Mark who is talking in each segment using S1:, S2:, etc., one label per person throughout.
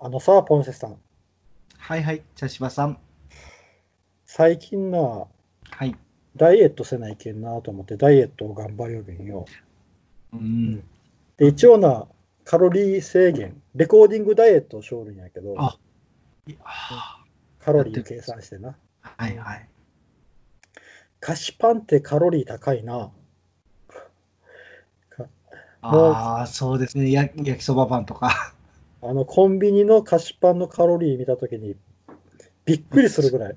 S1: あのさ、ポンセさん、
S2: はいはい、茶芝さん。
S1: 最近な、
S2: はい。
S1: ダイエットせないけんなと思って、ダイエットを頑張りよるんよ。
S2: うん。
S1: で、一応な、カロリー制限、レコーディングダイエットをしょるんやけど、
S2: あいやは
S1: カロリー計算してな。
S2: いはい。
S1: 菓子パンってカロリー高いな。
S2: ああ、そうですね。や焼きそばパンとか。
S1: あの、コンビニの菓子パンのカロリー見たときに、びっくりするぐらい。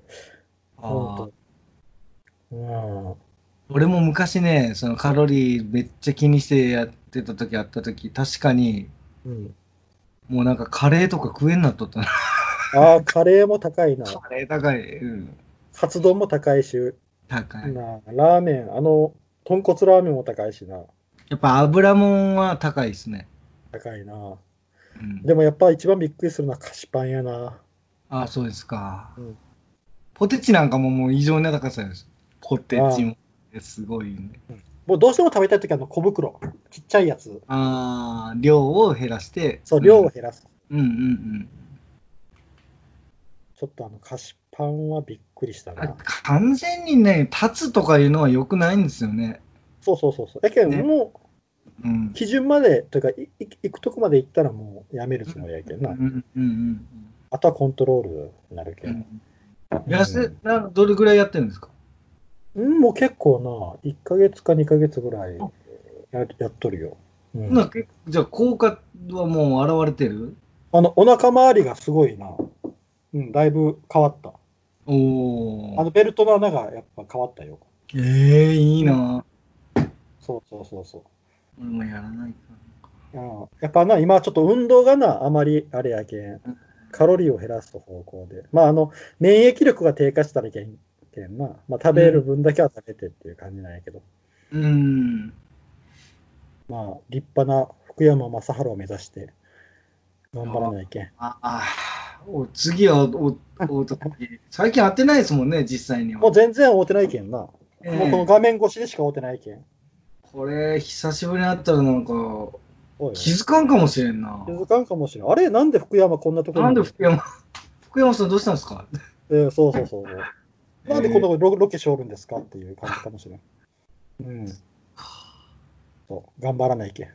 S2: あー
S1: 本当うん。
S2: 俺も昔ね、そのカロリーめっちゃ気にしてやってた時あった時、確かに、
S1: うん、
S2: もうなんかカレーとか食えんなっとったな。
S1: ああ、カレーも高いな。
S2: カレー高い。うん。
S1: カツ丼も高いし、
S2: 高い。
S1: なラーメン、あの、豚骨ラーメンも高いしな。
S2: やっぱ油もんは高いですね。
S1: 高いな。
S2: うん、
S1: でもやっぱ一番びっくりするのは菓子パンやな。
S2: ああ、そうですか。
S1: うん
S2: ポテチなんかももう異常な高さです。ポテチも。すごいよね。
S1: もうどうしても食べたいときはあの小袋、ちっちゃいやつ。
S2: ああ、量を減らして。
S1: そう、量を減らす。
S2: うんうんうん。
S1: ちょっとあの菓子パンはびっくりしたな。
S2: 完全にね、立つとかいうのは良くないんですよね。
S1: そうそうそうそう。だけど、
S2: ね
S1: も
S2: う。
S1: うん基準まで、というか、いい行くとこまで行ったらもうやめるつもりやけど
S2: う
S1: な。
S2: んうんうん
S1: あとはコントロールになるけ
S2: う
S1: ど。
S2: ん。安い、などれぐらいやってるんですか
S1: うん、もう結構な、1ヶ月か2ヶ月ぐらいややっとるよ。うん
S2: な結構じゃあ効果はもう現れてる
S1: あの、お腹周りがすごいな。うん、だいぶ変わった。
S2: お
S1: あ
S2: お。
S1: の、ベルトの穴がやっぱ変わったよ。
S2: ええいいな。
S1: そうそうそうそう。
S2: 俺もやらないか
S1: うんやっぱな、今ちょっと運動がな、あまりあれやけん
S2: ん、
S1: カロリーを減らす方向で。まあ、あの、免疫力が低下したらいけんけんな。まあ、食べる分だけは食べてっていう感じなんやけど。
S2: な。うん。
S1: まあ、立派な福山雅治を目指して、頑張らないけん。
S2: ああ。お次はおおお最近当てないですもんね、実際には。
S1: もう全然会うてないけんな。も
S2: え
S1: うこの
S2: え
S1: 画面越しでしか会うてないけん。
S2: これ、久しぶりに会ったらなんか
S1: おいおい
S2: 気づかんかもしれんな
S1: 気。づかんかもしれん。あれなんで福山こんなところ
S2: なん
S1: に
S2: で福山、福山さんどうしたんですか
S1: えーそうそうそうそう。 なんでこんなロロケしおるんですかっていう感じかもしれん。うん。そう、頑張らないけん。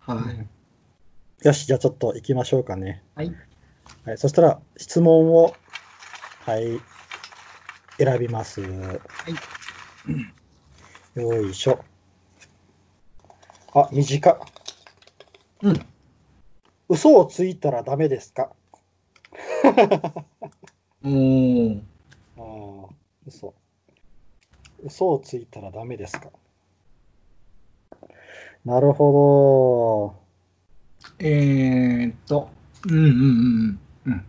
S2: はい。
S1: よし、じゃあちょっと行きましょうかね。
S2: はい。
S1: はい、そしたら、質問を、はい、選びます。はい。よいしょ。あ、短っ。
S2: うん。
S1: 嘘をついたらダメですか
S2: おお。
S1: ああ、嘘。嘘をついたらダメですか。なるほど。
S2: えー、っと。うんうんうんうん。うん。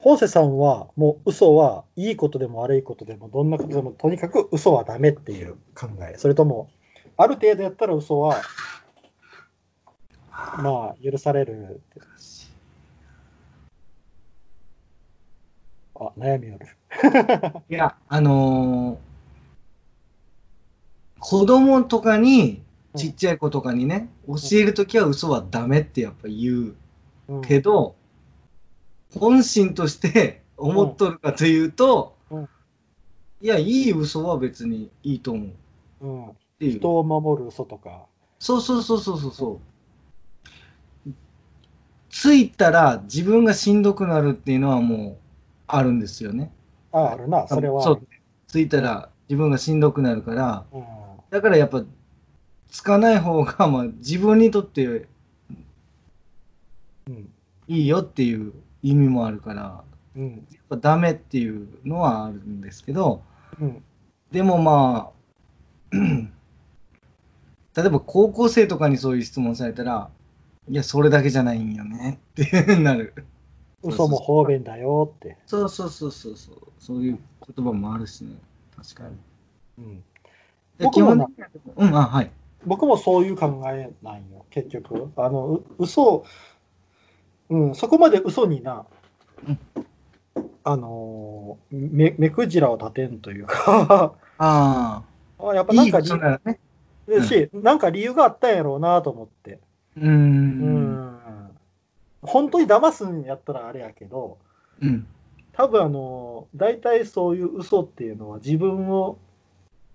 S1: ポンセさんは、もう嘘はいいことでも悪いことでも、どんなことでも、とにかく嘘はダメっていう考え。それとも、ある程度やったら嘘は、まあ、許される。あ、悩みある。
S2: いや、あのー子供とかに、
S1: うん
S2: ちっちゃい子とかにね、教えるときは嘘はダメってやっぱ言
S1: うん
S2: うけど、本心として思っとるかというと、
S1: うん
S2: いや、いい嘘は別にいいと思うっ
S1: うん、
S2: ていう。
S1: 人を守る嘘とか。
S2: そうそうそうそうそうそう。ついたら自分がしんどくなるっていうのはもうあるんですよね。
S1: あ、あるな、それは。
S2: そう。ついたら自分がしんどくなるから、
S1: うん、
S2: だからやっぱ、つかない方が、まあ、自分にとって
S1: うん、
S2: いいよっていう意味もあるから、
S1: うん、
S2: やっぱダメっていうのはあるんですけど、
S1: うん。
S2: でもま あ、例えば高校生とかにそういう質問されたら、いや、それだけじゃないんよねってなる。
S1: 嘘も方便だよって。
S2: そうそうそうそうそう、そういう言葉もあるしね、確かに。
S1: うん、
S2: で
S1: 僕もな
S2: 基本的にはうん、あ、はい。
S1: 僕もそういう考えなんよ、結局。あの、う嘘を、うん、そこまで嘘にな
S2: うん、
S1: あのーめ、目くじらを立てんというか、
S2: あ
S1: あやっぱ
S2: あ、
S1: ないん
S2: い
S1: か
S2: こ
S1: 理
S2: とならね。
S1: だし、なんか理由があったんやろうなと思って。
S2: う。
S1: うんん。本当に騙すんやったらあれやけど、
S2: うん。
S1: 多分あの、大体そういう嘘っていうのは自分を、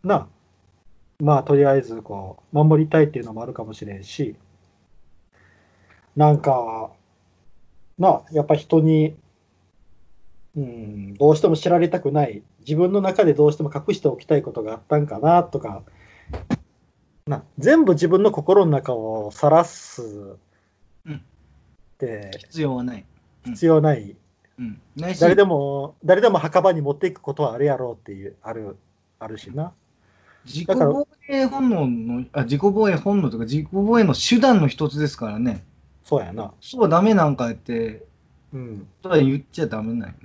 S1: な、まあとりあえずこう、守りたいっていうのもあるかもしれんし、なんか、な、やっぱ人に、うん、どうしても知られたくない、自分の中でどうしても隠しておきたいことがあったんかなとか、な、全部自分の心の中を晒すって
S2: 必要はない。
S1: 必要ない。
S2: うん。ないし、
S1: 誰でも、誰でも墓場に持っていくことはあれやろうっていう、ある、あるしな。
S2: 自己
S1: だから
S2: 防衛本能の、あ、自己防衛本能とか自己防衛の手段の一つですからね。
S1: そうやな。
S2: そうダメなんかって、
S1: うん。
S2: とは言っちゃダメなんよ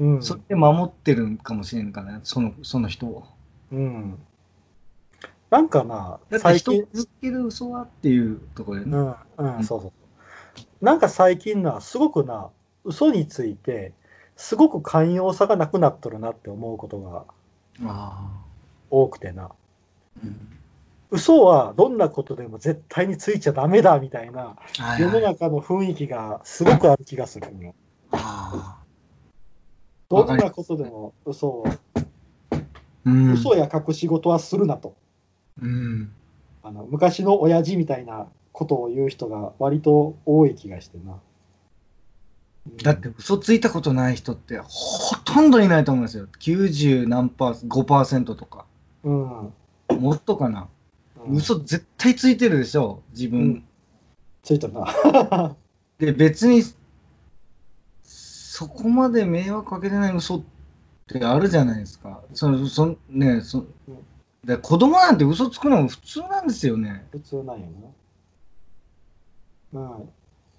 S1: うん。
S2: それで守ってるんかもしれんからね、そのその人を。
S1: うん。なんかな
S2: だ、って
S1: 最
S2: 人を
S1: 近、
S2: 続ける嘘はっていうところで
S1: う
S2: ね。
S1: ん、うん、そうそう。なんか最近な、すごくな、嘘について、すごく寛容さがなくなっとるなって思うことが
S2: あ
S1: 多くてな。
S2: あ。うん
S1: 嘘はどんなことでも絶対についちゃダメだみたいな
S2: はい
S1: 世の
S2: はい
S1: 中の雰囲気がすごくある気がするんよ。
S2: あ
S1: どんなことでも嘘を
S2: ーうん
S1: 嘘や隠し事はするなと、
S2: うん。
S1: あの昔の親父みたいなことを言う人が割と多い気がしてな。うん
S2: だって、嘘ついたことない人ってほとんどいないと思うんですよ。90何パーセント、5%とか。
S1: うん、うん
S2: もっとかな。嘘絶対ついてるでしょ、自分。
S1: うんついたな。
S2: で、別に、そこまで迷惑かけてない嘘ってあるじゃないですか。その、そのね、そで子供なんて嘘つくのも普通なんですよね。
S1: 普通なんやな。うん、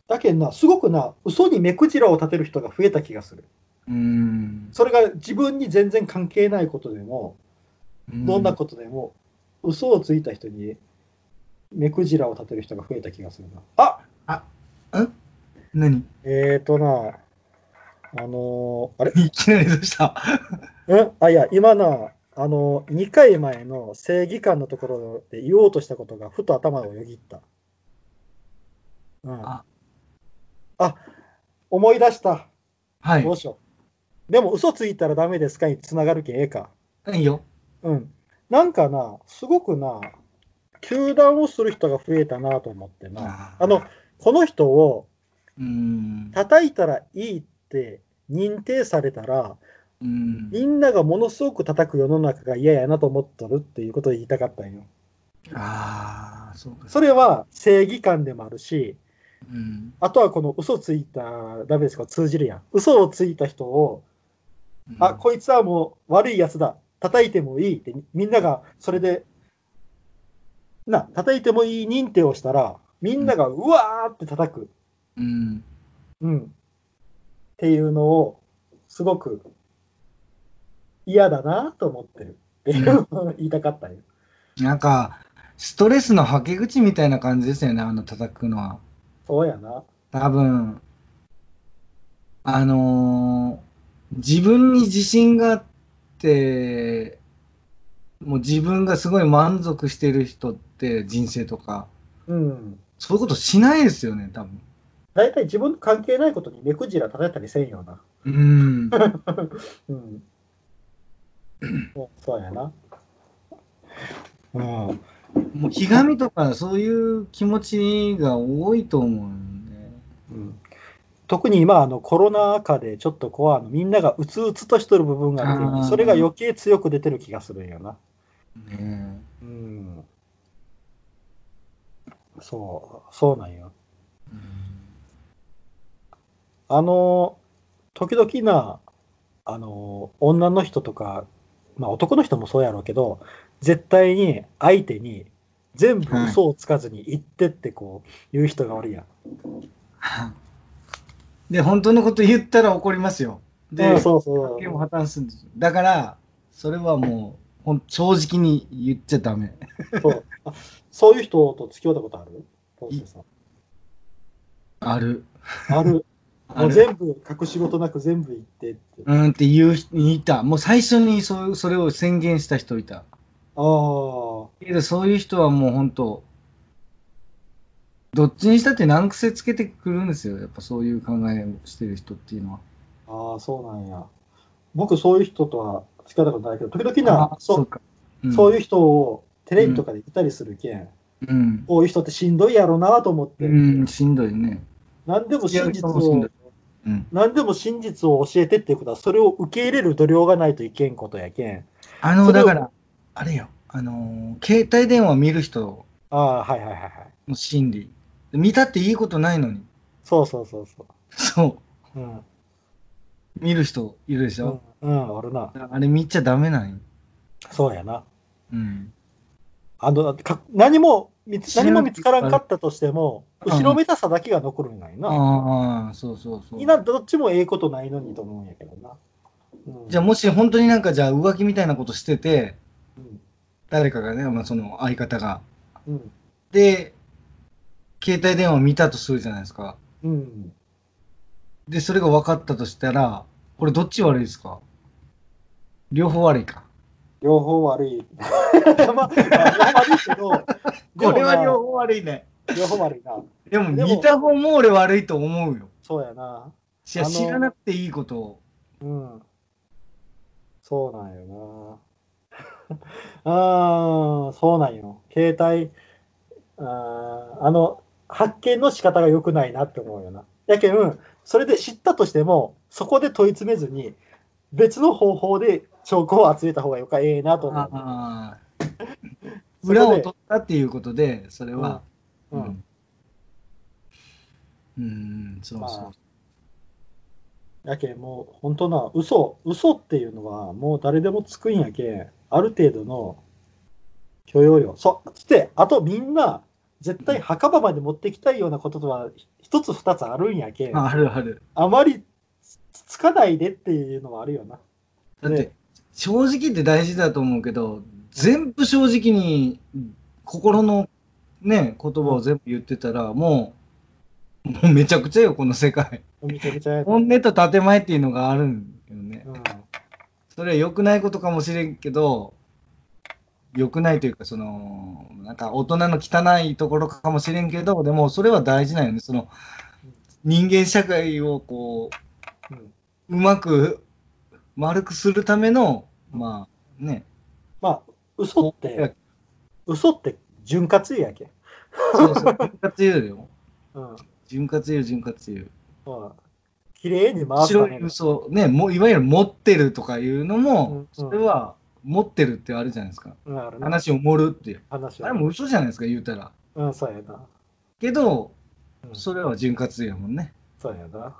S1: だけどな、すごくな、嘘に目くじらを立てる人が増えた気がする。
S2: うーん。
S1: それが自分に全然関係ないことでも、どんなことでも、嘘をついた人に目くじらを立てる人が増えた気がするな。あ
S2: 何
S1: えーとな、あのーあれ
S2: いきなりどうした
S1: うん、あ、いや、今な、あの、2回前の正義感のところで言おうとしたことが、ふと頭をよぎった。うん。
S2: あ
S1: あ、思い出した。
S2: はい
S1: どう。しよう。でも、嘘ついたらダメですかにつながるけええか。
S2: いいよ。
S1: うん。なんかな、すごくな、球団をする人が増えたなと思ってな。
S2: あー
S1: あの、この人を
S2: うーん。
S1: 叩いたらいいって認定されたら、
S2: うーん
S1: みんながものすごく叩く世の中が嫌やなと思っとるっていうことを言いたかったんよ。
S2: ああ、そうか。
S1: それは正義感でもあるし、
S2: うん。
S1: あとはこの嘘ついたらダメですか通じるやん。嘘をついた人を、あ、こいつはもう悪いやつだ。叩いてもいいって、みんながそれで、な、叩いてもいい認定をしたら、みんながうわーって叩く。
S2: うん。
S1: うん。っていうのを、すごく嫌だなと思ってる。っていうのを言いたかったんよ。
S2: なんか、ストレスの吐け口みたいな感じですよね、あの叩くのは。
S1: そうやな。
S2: 多分、あのー自分に自信があって、もう自分がすごい満足してる人って人生とか、
S1: うん。
S2: そういうことしないですよね、多分。
S1: 大体自分と関係ないことに目くじら立てたりせんよな。
S2: うん。
S1: うん。そうそうやな。うん。
S2: もうひがみとかそういう気持ちが多いと思うんで。
S1: うん、特に今あのコロナ禍でちょっとこうあのみんながうつうつとしとる部分があるよ
S2: あ
S1: ね
S2: ー
S1: それが余計強く出てる気がするんよな。
S2: ね
S1: うん。そう、そうなんよ。
S2: え
S1: あの、時々な、あの、女の人とか、まあ男の人もそうやろうけど、絶対に相手に全部嘘をつかずに言ってってこう言う人がおるやん。
S2: で、本当のこと言ったら怒りますよ。で、
S1: うんそうそう
S2: 関係も破綻するんですよだから、それはもう、ほん正直に言っちゃダメ。
S1: そうあそういう人と付き合ったことあるポンセさん
S2: ある。
S1: ある。
S2: あ
S1: もう
S2: る
S1: 全部隠し事なく全部言ってって。
S2: うーんって言う人いた。もう最初にそうそれを宣言した人いた。
S1: ああ、
S2: けどそういう人はもう本当、どっちにしたって難癖つけてくるんですよ。やっぱそういう考えをしてる人っていうのは。
S1: ああ、そうなんや。僕、そういう人とは付き合ったことないけど、時々な
S2: あ、
S1: そう
S2: か。
S1: そう
S2: い
S1: いう人をテレビとかで見たりするけん、
S2: うん。うん。
S1: こういう人ってしんどいやろなと思って、
S2: うん、しんどいね。
S1: 何でも真実
S2: いやしん
S1: を
S2: どい、うん。
S1: 何でも真実を教えてっていうことは、それを受け入れる度量がないといけんことやけん。
S2: あ
S1: そ
S2: の、
S1: れ
S2: だ
S1: を
S2: から、あれよ。あのー、携帯電話見る人
S1: ああ、はいはいはいはい。
S2: の心理。見たっていいことないのに。
S1: そうそうそうそ。
S2: そう
S1: うん。
S2: う。見る人いるでし
S1: うん
S2: ょ。、
S1: うん、あるな。
S2: あれ見ちゃダメない。
S1: そうやな。
S2: うん。
S1: あのか何も見つ
S2: 知らん
S1: 何も見つからんかったとしても、
S2: うん
S1: 後ろめたさだけが残るんやな。
S2: ああ、そうそうそう。
S1: いなどっちもええことないのにと思うんやけどな。うん
S2: じゃあもし本当になんかじゃあ浮気みたいなことしてて、
S1: うん
S2: 誰かがね、まあ、その相方が。
S1: うん
S2: で、携帯電話を見たとするじゃないですか。
S1: うん、
S2: で、それが分かったとしたら、これどっち悪いですか両方悪いか。
S1: 両方悪い。 まあ、まあ悪いけど、でもな
S2: 方悪いね。
S1: 両方悪いな。
S2: でも
S1: でも
S2: 見た方も俺悪いと思うよ。
S1: そうやな。
S2: いや
S1: あの
S2: 知らなくていいことを。
S1: うん。そうなんよな。 ああ、そうなんよ。携帯、あーあの、発見の仕方が良くないなって思うよな。やけん、それで知ったとしても、そこで問い詰めずに、別の方法で証拠を集めた方がよかええなと思う。
S2: ああ
S1: それで
S2: 裏を取ったっていうことで、それは。
S1: う。
S2: うんん、うんそうそう。
S1: まやけん、もう、本当な、嘘、嘘っていうのは、もう誰でもつくんやけん、ある程度の許容量。そう、つって、あとみんな、絶対墓場まで持ってきたいようなこととは、ひ一つ二つあるんやけん、
S2: ああるある。
S1: あまりつつかないでっていうのはあるよな。
S2: だって
S1: ね、
S2: 正直って大事だと思うけど、全部正直に心のね、言葉を全部言ってたら、もう、もうめちゃくちゃよ、この世界。
S1: めちゃめちゃやな、う
S2: 本音と建前っていうのがあるんよね。
S1: ん、
S2: それは良くないことかもしれんけど、良くないというか、その、なんか大人の汚いところかもしれんけど、でもそれは大事なんよね。その、人間社会をこう、
S1: うん
S2: うまく丸くするための、まあね、
S1: まあ、嘘っ
S2: いや
S1: て、嘘って潤滑油やけん。
S2: そうそう、潤滑油よ。
S1: うん。
S2: 潤滑油、潤滑油。
S1: うん綺麗に回すた
S2: 白
S1: め
S2: い
S1: の
S2: 嘘、ね、もういわゆる持ってるとかいうの
S1: うんう
S2: も
S1: ん、
S2: それは持ってるってあるじゃないですか。
S1: うんあるな
S2: 話を盛るっていう。
S1: 話
S2: あ
S1: は
S2: れも嘘じゃないですか、言うたら。
S1: うん、そうやな。
S2: けど、
S1: うん
S2: それは潤滑油やもんね。
S1: そうやな。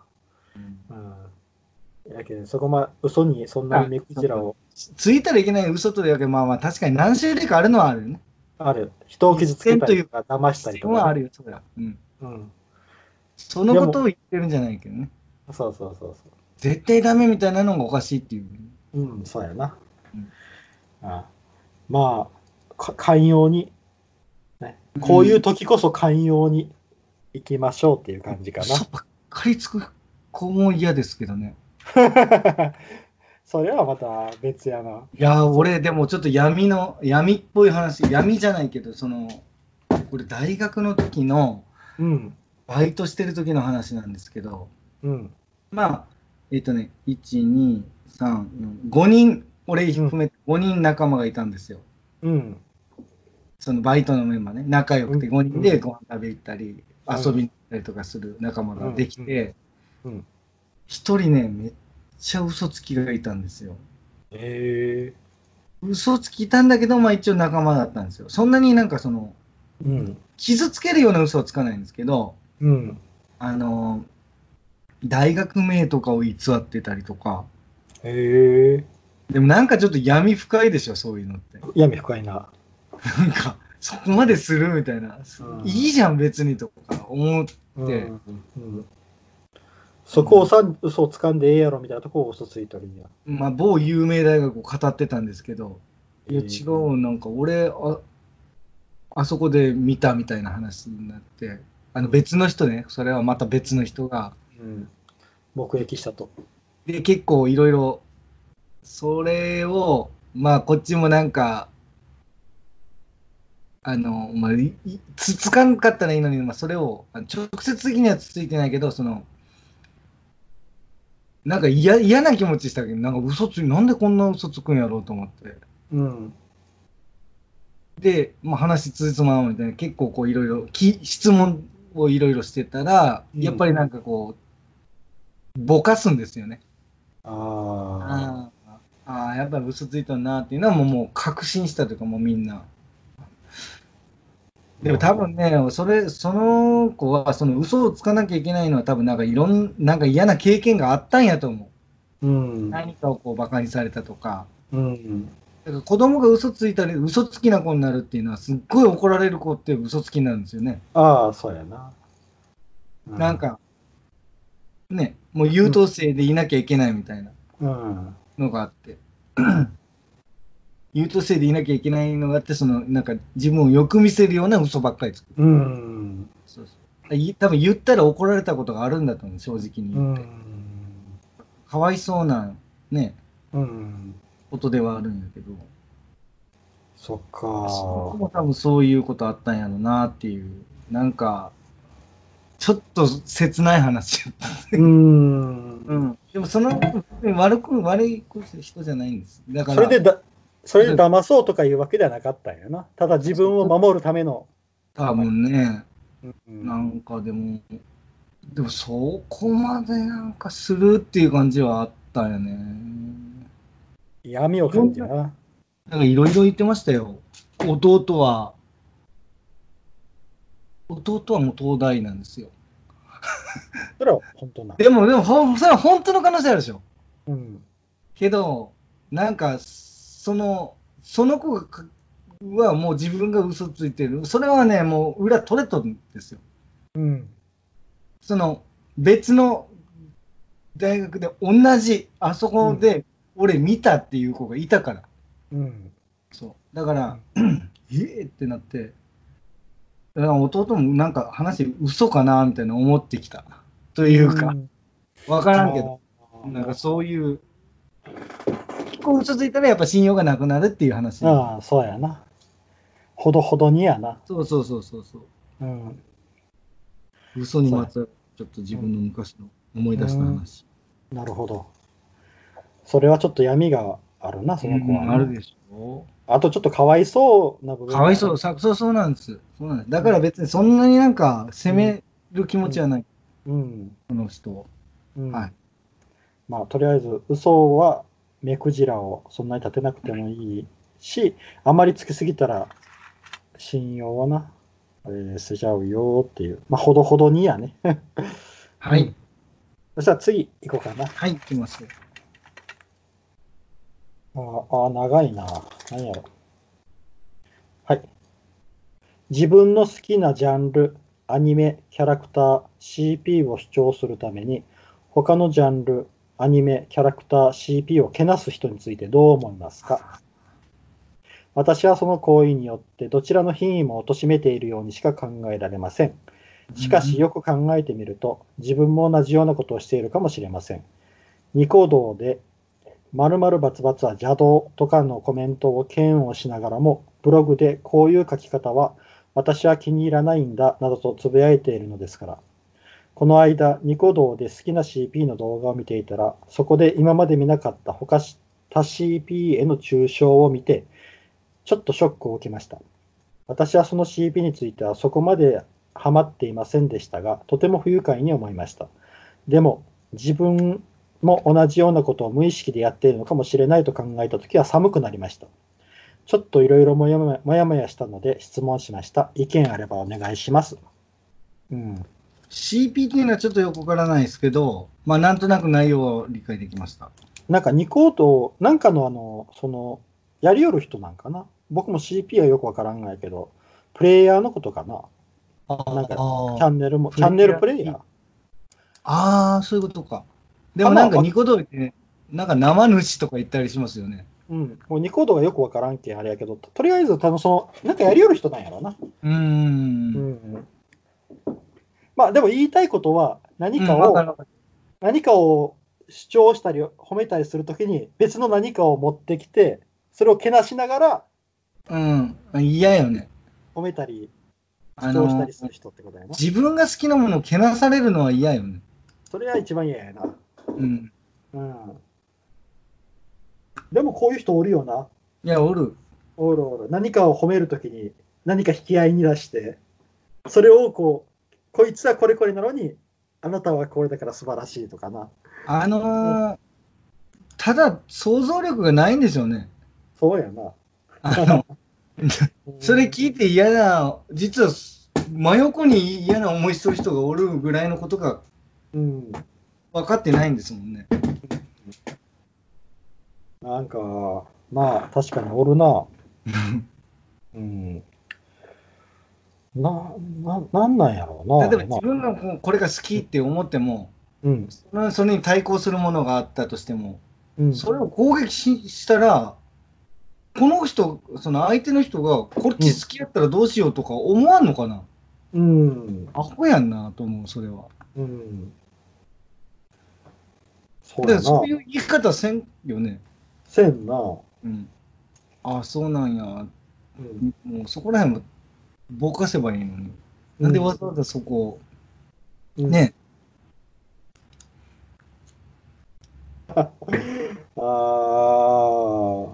S1: うん。やけど、そこま、嘘にそんなに目くじらを、
S2: つついたらいけない嘘というわけまあまあ確かに何種類かあるのはあるよね。
S1: ある。人を傷つけたりとか、騙したりと
S2: 人は
S1: か
S2: あ
S1: ね、
S2: るよ、そりゃ。うん。
S1: うん。
S2: そのことを言ってるんじゃないけどね。
S1: そうそうそうそ
S2: 絶対ダメみたいなのがおかしいっていう。
S1: う。うん、そうやな。
S2: うん
S1: あまあ、か寛容に、ね。こういう時こそ寛容に行きましょうっていう感じか
S2: 嘘ばっかりつく子も嫌ですけどね。
S1: な。 それはまた別やな。
S2: いやー、俺、でもちょっと闇の、闇っぽい話、闇じゃないけど、その、俺、大学の時の、
S1: うん。
S2: バイトしてる時の話なんですけど、
S1: うん。
S2: まあ、えっ、とね、1、2、3、4、5人、俺含めて5人仲間がいたんですよ。
S1: うん。
S2: そのバイトのメンバーね、仲良くて
S1: うん
S2: 5人でご飯食べ行ったり、
S1: うん
S2: 遊びに行ったりとかする仲間ができて
S1: うんうんうん、
S2: 一人ね、めっちゃ嘘つきがいたんですよ。
S1: へえ。
S2: 嘘つきいたんだけど、まあ一応仲間だったんですよ。そんなになんかその、
S1: うん。
S2: 傷つけるような嘘はつかないんですけど、
S1: うん。
S2: あの、大学名とかを偽ってたりとか、
S1: へえ。
S2: でもなんかちょっと闇深いでしょ、そういうのって。
S1: 闇深いな。
S2: なんか、そこまでするみたいな、
S1: うん
S2: いいじゃん別にとか思う。で
S1: うんうんそこをさ、嘘を掴んでええやろみたいなとこを嘘ついとるんや。
S2: まあ某有名大学を語ってたんですけど、いや
S1: えー
S2: 違う、なんか俺、あ、あそこで見たみたいな話になって、あの別の人ね、それはまた別の人が、
S1: うん目撃したと。
S2: で、結構いろいろ、それを、まあ、こっちもなんか、あの、まあ、いいつつかんかったらいいのに、まあ、それを、あの直接的にはつついてないけど、その、なんか嫌嫌な気持ちしたけど、なんか嘘つい、なんでこんな嘘つくんやろうと思って。
S1: うん。
S2: で、まあ、話つつまうみたいな、結構こういろいろ、き質問をいろいろしてたら、
S1: うん
S2: やっぱりなんかこう、ぼかすんですよね。
S1: ああ。
S2: あーあー、やっぱり嘘ついたなっていうのはもうもう確信したというか、もうみんな。でも多分ね、それ、その子は、その嘘をつかなきゃいけないのは多分なんかいろん、なんか嫌な経験があったんやと思
S1: うん
S2: う。。何かをこう馬鹿にされたとか。
S1: うん。
S2: だから子供が嘘ついたり、嘘つきな子になるっていうのは、すっごい怒られる子って嘘つきになるんですよね。
S1: ああ、そうやな。う
S2: なん。か、ね、もう優等生でいなきゃいけないみたいな
S1: うん。
S2: のがあって。 優等生でいなきゃいけないのがあって、その、なんか自分をよく見せるような嘘ばっかりつく。
S1: うん。
S2: そうそうい多分言ったら怒られたことがあるんだと思う、正直に
S1: う
S2: 言って。
S1: ん。
S2: かわいそうな、ね、
S1: うん。
S2: ことではあるんやけど、
S1: そっ
S2: そこ
S1: か。
S2: も多分そういうことあったんやろなっていう、なんか、ちょっと切ない話やった。
S1: うん。
S2: ん。でもその、悪く、悪い人じゃないんです。だから、
S1: それでだ、それで騙そうとかいうわけではなかったんやな。ただ自分を守るための。
S2: 多分ね、
S1: うん
S2: なんかでも、でもそこまでなんかするっていう感じはあったよね。
S1: 闇を感じるな。
S2: なんかいろいろ言ってましたよ。弟は、弟はもう東大なんですよ。
S1: それは本当な。
S2: でも、でも、ほんそれは本当の可能性あるでしょ。
S1: うん。
S2: けど、なんか、その、その子がかはもう自分が嘘ついてる。それはね、もう裏取れとるんですよ。
S1: うん。
S2: その、別の大学で同じ、あそこで俺見たっていう子がいたから。
S1: うん。
S2: そう。だから、ええってなって、だから弟もなんか話嘘かなみたいな思ってきた。というか、
S1: ん
S2: わからんけど、。
S1: あー
S2: なんかそういう、結構嘘ついたらやっぱ信用がなくなるっていう話。
S1: ああ、そうやな。ほどほどにやな。
S2: そうそうそうそうそう。
S1: うん。
S2: 嘘にまつわる、ちょっと自分の昔の思い出した話。
S1: なるほど。それはちょっと闇があるな、その子は
S2: う
S1: な、
S2: んあるでしょ
S1: あとちょっとかわいそうな部分。
S2: かわいそう、。さそうそうなんです。そうなんです。だから別にそんなになんか責める気持ちはない、
S1: うん。
S2: この人を。
S1: うん、
S2: はい。
S1: まあ、とりあえず、嘘は目くじらをそんなに立てなくてもいいし、あまりつけすぎたら、信用はな、えー、捨てちゃうよっていう。まあ、ほどほどにやね。
S2: はい。
S1: そしたら次行こうかな。
S2: はい、いきます。
S1: あーあー、長いな。何やろ。はい。自分の好きなジャンル、アニメ、キャラクター、CP を主張するために、他のジャンル、アニメ、キャラクター、CP をけなす人についてどう思いますか私はその行為によってどちらの品位も貶めているようにしか考えられません。しかしよく考えてみると、自分も同じようなことをしているかもしれません。ニコ動で、〇〇バツバツは邪道とかのコメントを嫌悪しながらも、ブログでこういう書き方は私は気に入らないんだなどとつぶやいているのですから。この間、ニコ動で好きな CP の動画を見ていたら、そこで今まで見なかった他し他 CP への中傷を見て、ちょっとショックを受けました。私はその CP についてはそこまでハマっていませんでしたが、とても不愉快に思いました。でも、自分も同じようなことを無意識でやっているのかもしれないと考えたときは寒くなりました。ちょっといろいろもやもやもやもやしたので質問しました。意見あればお願いします。うん。
S2: CP っていうのはちょっとよくわからないですけど、まあなんとなく内容を理解できました。
S1: なんかニコート、なんかのあの、その、やりよる人なんかな。僕も CP はよくわからんないけど、プレイヤーのことかな。なんか、チャンネルも、
S2: プ
S1: チ
S2: レイヤー
S1: ャンネルプレイヤー。
S2: あー、そういうことか。でもなんかニコ動って、ね、なんか生主とか言ったりしますよね。
S1: うん。もうニコートがよくわからんけんあれやけど、ととりあえず、多分その、なんかやりよる人なんやろな。
S2: うーん。うん
S1: まあでも言いたいことは何か
S2: わ
S1: を、
S2: かるわかる
S1: 何かを主張したり褒めたりするときに別の何かを持ってきてそれをけなしながら
S2: うん。嫌よね。
S1: う褒めたり、主
S2: あ
S1: 張した
S2: の
S1: り、する人ってことやな。
S2: 自分が好きなものをけなされるのは嫌よね。
S1: それは一番嫌やな。
S2: うん。
S1: うん。でもこういう人おるよな。
S2: いや、おる。
S1: おるおる。何かを褒めるときに、何か引き合いに出して、それをこう、こいつはこれこれなのに、あなたはこれだから素晴らしいとかな。
S2: あのーただ、想像力がないんですよね。
S1: そうやな。
S2: あの、それ
S1: うん
S2: 聞いて嫌な、実は真横に嫌な思いする人がおるぐらいのことが
S1: うん。
S2: 分かってないんですもんね。
S1: なんか、まあ、確かにおる な。うん。な、な、なんなんやろうな。
S2: 例えば自
S1: まあ
S2: 分がこうこれが好きって思っても、
S1: うん。
S2: そのそれに対抗するものがあったとしても、
S1: うん。
S2: それを攻撃ししたら、この人、その相手の人が、こっち好きやったらどうしようとか思わんのかな、
S1: うん。
S2: アホやんなと思う、それは。
S1: うん。そ
S2: だ
S1: う
S2: か
S1: や
S2: らそう
S1: な。
S2: いう生き方せんよね。
S1: せんな。う
S2: うん。ああ、そうなんや。
S1: ん。
S2: もうそこら辺もぼかせばいいのに。なんでわざわざそこを、
S1: うん
S2: ね。
S1: ああ。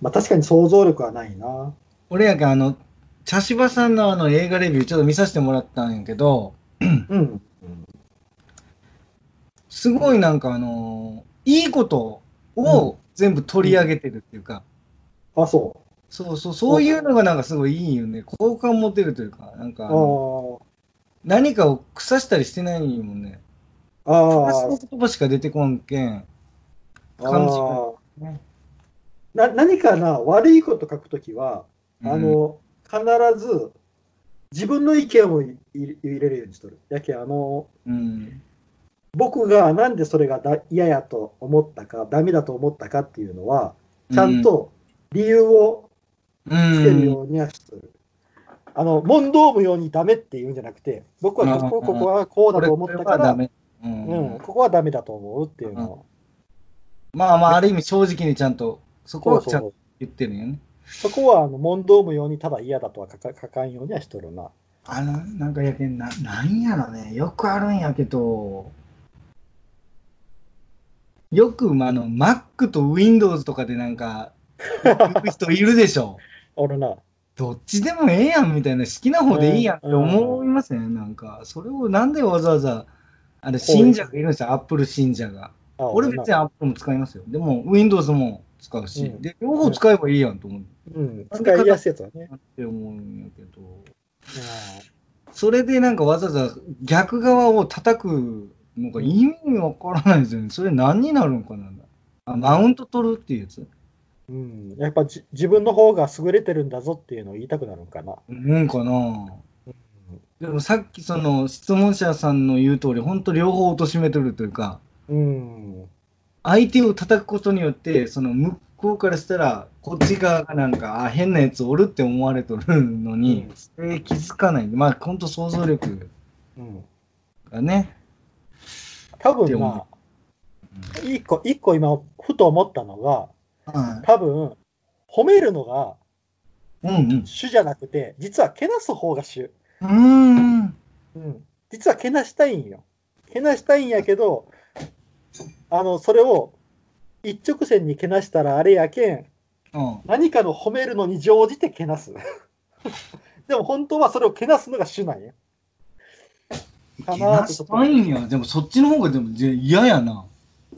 S1: まあ確かに想像力はないな。
S2: 俺やけんあの、茶芝さんのあの映画レビューちょっと見させてもらったんやけど、
S1: うん。
S2: すごいなんかあのーいいことを全部取り上げてるっていうか、
S1: あ、そ
S2: そうそう、そういうのがなんかすごいいいよね。好感持てるというか、なん
S1: う。
S2: かあの
S1: あ
S2: 何かを腐したりしてないもんね。
S1: あ。あ
S2: プラス
S1: あ
S2: の。言葉しか出てこんけん。感じが
S1: ああ
S2: ね。
S1: な何かな、悪いこと書くときは、あの、必ず自分の意見をい入れるようにしとる。やけんあの、
S2: うん、うん。
S1: 僕がなんでそれがだ嫌やと思ったか、ダメだと思ったかっていうのは、ちゃんと理由をつけるようにはしとる。あの、問答無用にダメって言うんじゃなくて、僕はここ
S2: うんうんうん
S1: ここはこうだと思
S2: 思
S1: っ
S2: ったた
S1: か、
S2: からら。
S1: うん、
S2: うん
S1: ここはダメだと思うっていうのを。
S2: まあまあ、ある意味正直にちゃんと、そこ
S1: そう
S2: はち
S1: そ
S2: ゃ
S1: うん
S2: と言ってるよね。
S1: そこはあの問答無用にただ嫌だとは書か書かんようにはしとるな。
S2: あの、なんかやけん、ななんやろね。よくあるんやけど、よく、まあ、あの、Mac と Windows とかでなんか、行く人いるでし ょ。
S1: 俺な。
S2: どっちでもええやんみたいな、好きな方でいいやんって思いますね。なんか、それをなんでわざわざ、あれ、信者がいるんですよ。Apple 信者が。
S1: あ
S2: 俺別に Apple も使いますよ。でも、Windows も使うし、
S1: うん
S2: で、両方使えばいいやんと思う。
S1: うん、使いやすいやつはね。
S2: なって思うんやけど、それでなんかわざわざ逆側を叩くのが意味わからないですよね。それ何になるのかなあマウント取るっていうやつ
S1: うん、やっぱじ自分の方が優れてるんだぞっていうのを言いたくなるんかな。
S2: うんかなでもさっきその質問者さんの言う通り、本当両方貶としめてるというか、
S1: うん、
S2: 相手を叩くことによって、その向こうからしたら、こっち側がなんか、あ、変なやつおるって思われとるのに、
S1: うん
S2: それ気づかない。まあ、本当想像力
S1: うん、
S2: がね。
S1: 多
S2: って
S1: 分な
S2: 思、
S1: 一個、一個今、ふと思ったのが、
S2: は
S1: 多分、褒めるのが
S2: い。うんうん。
S1: 主じゃなくて、実はけなす方が主。
S2: うーん。
S1: うん、実はけなしたいんよ。けなしたいんやけど、あの、それを一直線にけなしたらあれやけん、
S2: うん。
S1: 何かの褒めるのに乗じてけなす。 でも本当はそれをけなすのが主なんや。かな
S2: け
S1: ー
S2: な
S1: ってちょ
S2: し
S1: っと
S2: たいんや。でもそっちの方がでもじゃ嫌やな。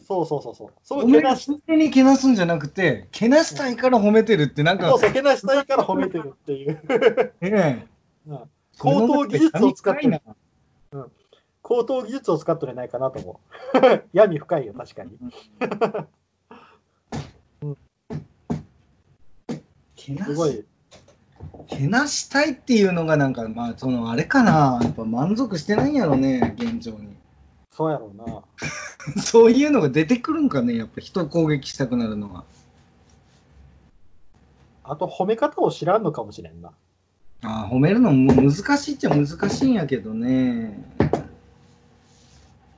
S1: そうそうそうそう。そう
S2: 褒
S1: いうけ
S2: め
S1: な
S2: る
S1: し、
S2: 勝手にけなすんじゃなくて、けなしたいから褒めてるってなん
S1: そ
S2: か
S1: う、そうけなしたいから褒めてるっていう。
S2: ねえ。
S1: うん高等技術を使って
S2: る。
S1: 高等技術を使っとれないかなと思う。 闇深いよ、確かに。
S2: けな
S1: すごい。
S2: けなしたいっていうのがなんかまあそのあれかなやっぱ満足してないんやろね現状に
S1: そうやろうな。
S2: そういうのが出てくるんかねやっぱ人を攻撃したくなるのは
S1: あと、褒め方を知らんのかもしれんな。
S2: あー褒めるのも難しいっちゃ難しいんやけどね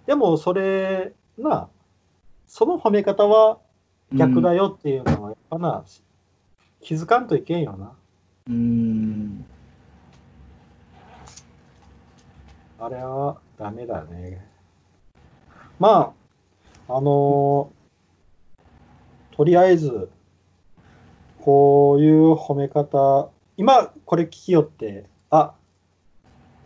S1: でも、それ、な、その褒め方は逆だ
S2: よ、
S1: よっていうのは、やっぱな、気づかんといけんよな。
S2: うーん。
S1: あれはダメだね。まあ、あのーとりあえず、こういう褒め方、今これ聞きよって、あ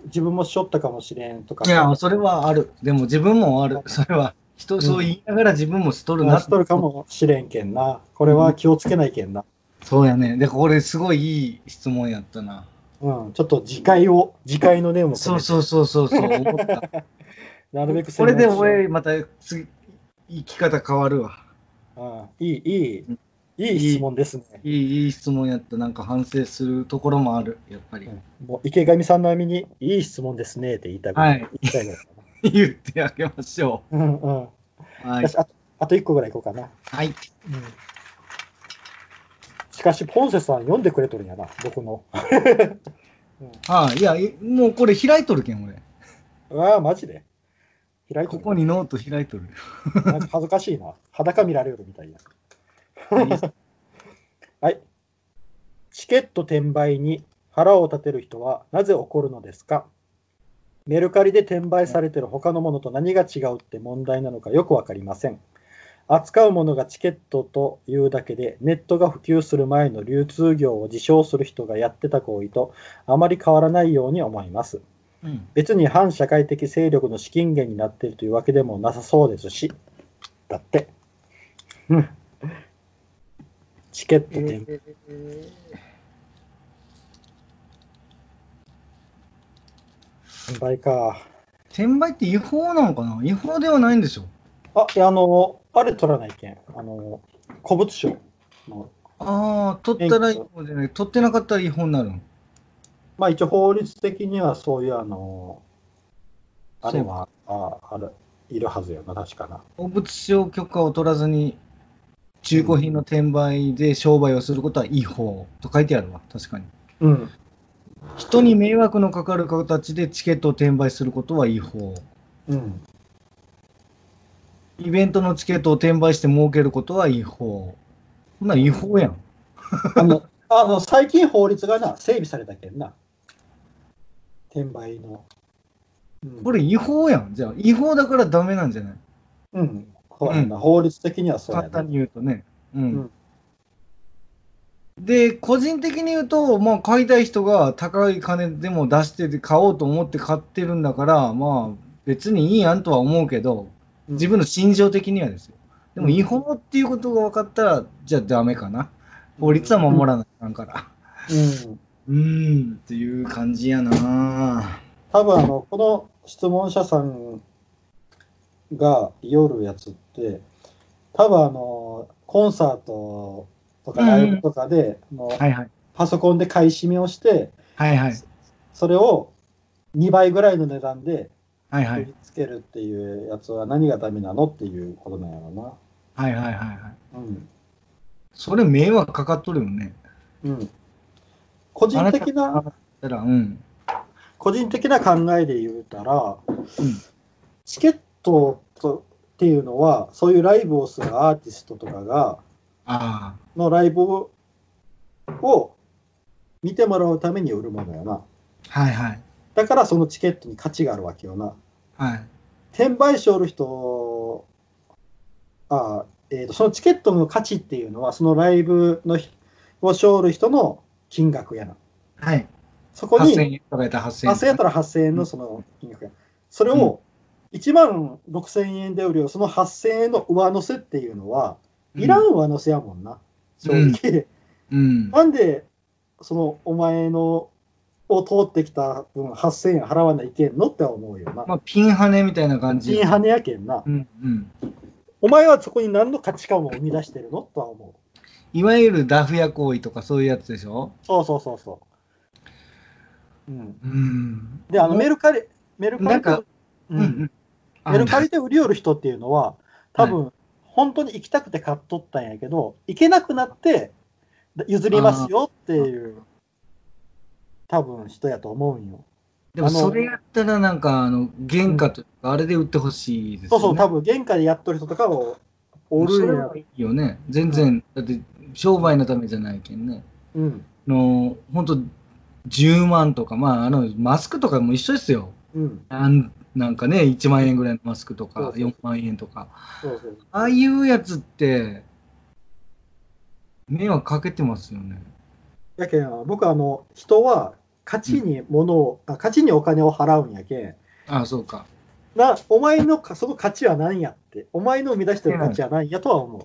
S1: 自分もしょったかもしれんとか、
S2: いや、それはある。でも自分もある。それは、人、そう言いながら自分もしとるな
S1: なしとるかもしれんけんな。これは気をつけないけんな。
S2: そうやね。で、これすごいいい質問やったな。
S1: うん、ちょっと次回を、次回の念を込
S2: そ
S1: め
S2: う
S1: て
S2: そうそうそう そう、思った。
S1: なるべく
S2: これ
S1: 専門知識
S2: で
S1: を
S2: 俺、また次、生き方変わるわ。
S1: うんいい、いい、いい質問ですね。
S2: いい、いい質問やった。なんか反省するところもある、やっぱり。
S1: もう池上さん並みに、いい質問ですねって言いたく
S2: はい
S1: 言いたいぐらいか
S2: 言ってあげましょ
S1: な。うんうん。
S2: う。はい
S1: よ。しあとあと1個ぐらいいこうかな。
S2: はい。
S1: しかし、ポンセさん読んでくれとるんやな、僕の。
S2: ああ、いや、いもうこれ開いとるけん、俺。
S1: うわあ、マジで。開いて
S2: こ
S1: る
S2: こにノート開いとる。
S1: なんか恥ずかしいな。裸見られるみたいな。はい。チケット転売に腹を立てる人はなぜ怒るのですかメルカリで転売されてる他のものと何が違うって問題なのかよくわかりません。扱うものがチケットというだけで、ネットが普及する前の流通業を自称する人がやってた行為とあまり変わらないように思います。
S2: うん。
S1: 別に反社会的勢力の資金源になっているというわけでもなさそうですし、だって。うんチケット転売、転売か。
S2: 転売って違法なのかな違法ではないんでしょ
S1: あ、いや、あの、あれ取らないけん。あの、古物商の。
S2: ああ、取ったら違法じゃない。取ってなかったら違法になるの。
S1: まあ一応法律的にはそういう、あの、あれは、あある、いるはずよな、確かな。
S2: お物証許可を取らずに中古品の転売で商売をすることは違法と書いてあるわ確かに
S1: うん。
S2: 人に迷惑のかかる形でチケットを転売することは違法
S1: うん。
S2: イベントのチケットを転売して儲けることは違法こんなん違法やん
S1: あの、あの最近法律がな、整備されたけんな。転売の。うん
S2: これ違法やんじゃあ違法だからダメなんじゃない
S1: うん、そうやな、
S2: う
S1: 法律的にはそうや
S2: 簡
S1: な、
S2: 単に言うとねうん、
S1: うん
S2: で個人的に言うと、まあ、買いたい人が高い金でも出してて買おうと思って買ってるんだからまあ別にいいやんとは思うけど
S1: うん
S2: 自分の心情的にはですよでも
S1: うん
S2: 違法っていうことが分かったらじゃあダメかな法律は守らないかんから
S1: うん、
S2: うーんっていう感じやな
S1: 多分あのこの質問者さんが夜やつって多分あのコンサートとかライブとかで、あの
S2: はいはい
S1: パソコンで買い占めをして
S2: はいはい
S1: それを2倍ぐらいの値段で
S2: はいは
S1: 売
S2: い
S1: りつけるっていうやつは何がダメなのっていうことなんやろ
S2: はいはいはいはい
S1: な。うん
S2: それ迷惑かかっとるよね
S1: うん、個人的
S2: あな
S1: な
S2: ただからうん
S1: 個人的な考えで言うたら、
S2: ん
S1: チケットとっていうのはそういうライブをするアーティストとかが
S2: あ
S1: のライブをを見てもらうために売るものやな
S2: あはいはい
S1: だからそのチケットに価値があるわけよな
S2: はい
S1: 転売しおる人あ、えーとそのチケットの価値っていうのはそのライブの日をしおる人の金額やな
S2: はい
S1: そこに
S2: 8000円とかやったら8000円。
S1: 8000円やったら8000円のその金額や。それを1万6000円で売るよ、その8000円の上乗せっていうのは、いらん上乗せやもんな、正直。
S2: うん。
S1: なんで、そのお前のを通ってきた分8000円払わないけんのって思うよな。
S2: まあ、ピンハネみたいな感じ。
S1: 人跳ねやけんな。
S2: うんうん。お
S1: お前はそこに何の価値観を生み出してるのとは思う。
S2: いわゆるダフ屋行為とかそういうやつでしょ
S1: そうそうそうそう。うん、
S2: うん。
S1: で、あのメルカリ、メルカ
S2: なん
S1: リと
S2: か
S1: うん
S2: あ
S1: メルカリで売り寄る人っていうのは、多分、本当に行きたくて買っとったんやけど、行けなくなって譲りますよっていう、多分人やと思うんよ。
S2: でも
S1: あの
S2: それやったらなんか、あの、原価というか、あれで売ってほしいです
S1: そ
S2: よ
S1: う
S2: ね。
S1: そう、多分原価でやっとる人とかをおる
S2: そ
S1: ん
S2: れ
S1: や
S2: は。いいよね。全然、だって商売のためじゃないけんね。
S1: うん。
S2: の、本当10万とか、まあ、あの、マスクとかも一緒ですよ。
S1: うん。
S2: なんなんかね、1万円ぐらいのマスクと
S1: そ
S2: か
S1: う、そう
S2: 4万円とか。
S1: そうそう。
S2: ああいうやつって、迷惑かけてますよね。
S1: やけん、僕はあの、人は価値に物を、あ価値にお金を払うんやけん、
S2: ああ、そうか。
S1: な、お前のか、その価値は何やって、お前の生み出してる価値は何やとは思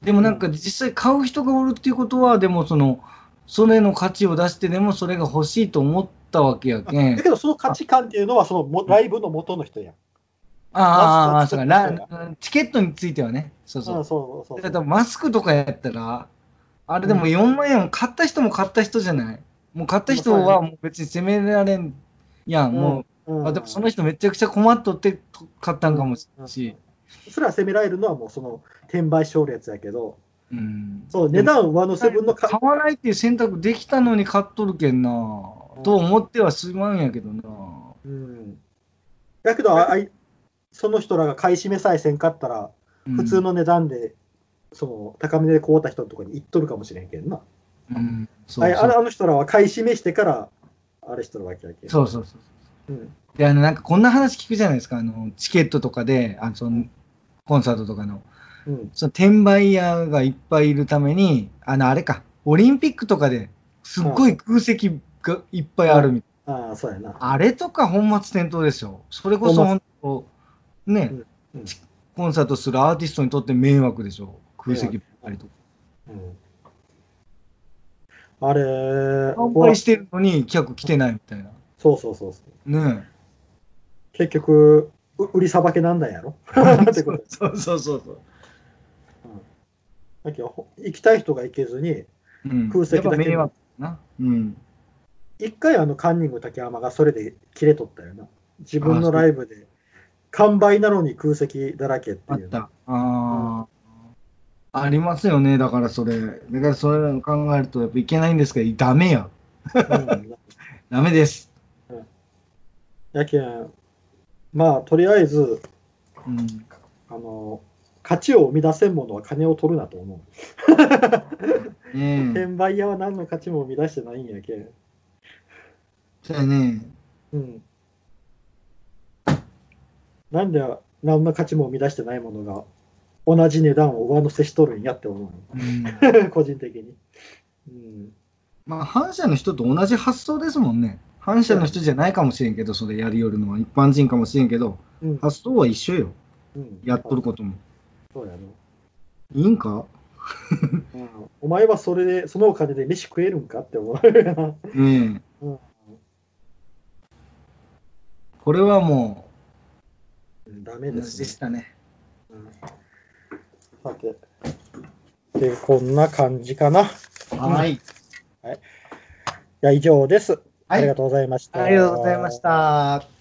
S1: う。
S2: でもなんか実際買う人がおるっていうことは、でもその、それの価値を出してでもそれが欲しいと思ったわけや
S1: あ
S2: けん
S1: だ。けど、その価値観っていうのは、そのもライブの元の人やん。
S2: ああああ、
S1: マス
S2: そ
S1: ク
S2: う
S1: と
S2: か。
S1: か
S2: ラチケットについてはね。そう
S1: そう
S2: そ
S1: ん
S2: う。
S1: そうそう
S2: だ
S1: そ
S2: か
S1: う
S2: らマスクとかやったら、あれで
S1: う
S2: も
S1: ん
S2: 4万円、買った人も買った人じゃない。もう買った人はもう別に責められんやん。も
S1: うん
S2: う、あでもその
S1: 人
S2: 人めちゃくちゃ困っとって買ったんかもしれんし。
S1: それは責められるのはもうその転売勝率やけど、
S2: うん。
S1: そう値段を上乗せ分のか
S2: 買わないっていう選択できたのに買っとるけんな。
S1: うん
S2: と思ってはすまんやけどな。
S1: うん。だけどああい、その人らが買い占めさえせんかったら、
S2: うん
S1: 普通。の値段で、その高めで買うた人のとこに行っとるかもしれんけんな。
S2: うん。そ
S1: あ
S2: う
S1: れ
S2: そ
S1: あれ
S2: う
S1: あの人らは買い占めしてから、あれしとるわけやけん。
S2: そうそうそう。
S1: うん。
S2: で、あの、なんかこんな話聞くじゃないですか。あの、チケットとかで、あの、その、コンサートとかの。
S1: うん。
S2: その、転売屋がいっぱいいるために、あの、あれか、オリンピックとかですっごい空席がいっぱいあるみたい
S1: ああ、そうやな。
S2: な。あれとか本末転倒ですよ。それこそ本当、ね、
S1: うんうん
S2: コンサートするアーティストにとって迷惑でしょ。空席ばっかりとか。
S1: うん、あれ
S2: 販売してるのに客来てないみたいな。
S1: そうそうそうそう。
S2: ねえ。
S1: 結局、う売りさばけなんだんやろ ってこと
S2: そうそうそうそう。
S1: だけどほ行きたい人が行けずに、
S2: うん、
S1: 空席だけ
S2: やっぱ迷惑だな。うん。
S1: 一回あのカンニング竹山がそれで切れとったよな。自分のライブで、完売なのに空席だらけって
S2: あっ
S1: いう。
S2: た。ああ。ありますよね。だからそれ。だからそれを考えるとやっぱいけないんですけど、ダメよ。
S1: うん
S2: ダメです。
S1: やけん、まあ、とりあえず、
S2: うん。
S1: あの、価値を生み出せんものは金を取るなと思う。
S2: ねえ。
S1: 転売屋は何の価値も生み出してないんやけん。
S2: そうやね。
S1: うん。なんで何の価値も生み出してないものが同じ値段を上乗せしとるんやって思
S2: うん、
S1: う。 個人的に。うん。
S2: まあ、反社の人と同じ発想ですもんね。反社の人じゃないかもしれんけど、それやりよるのは一般人かもしれんけど、
S1: うん。
S2: 発想は一緒よ。
S1: うん
S2: やっとることも。
S1: そうやな。
S2: いいんか
S1: うんお前はそれで、そのお金で飯食えるんかって思うよな。
S2: ねえ。
S1: うん
S2: これはも
S1: うんダ
S2: う、
S1: メ
S2: で
S1: です、ね
S2: し。たね。
S1: うんさて。で、こんな感じかな。い
S2: はい。
S1: や、以上です。
S2: は
S1: ありが
S2: い。
S1: とうございました。
S2: ありがとうございました。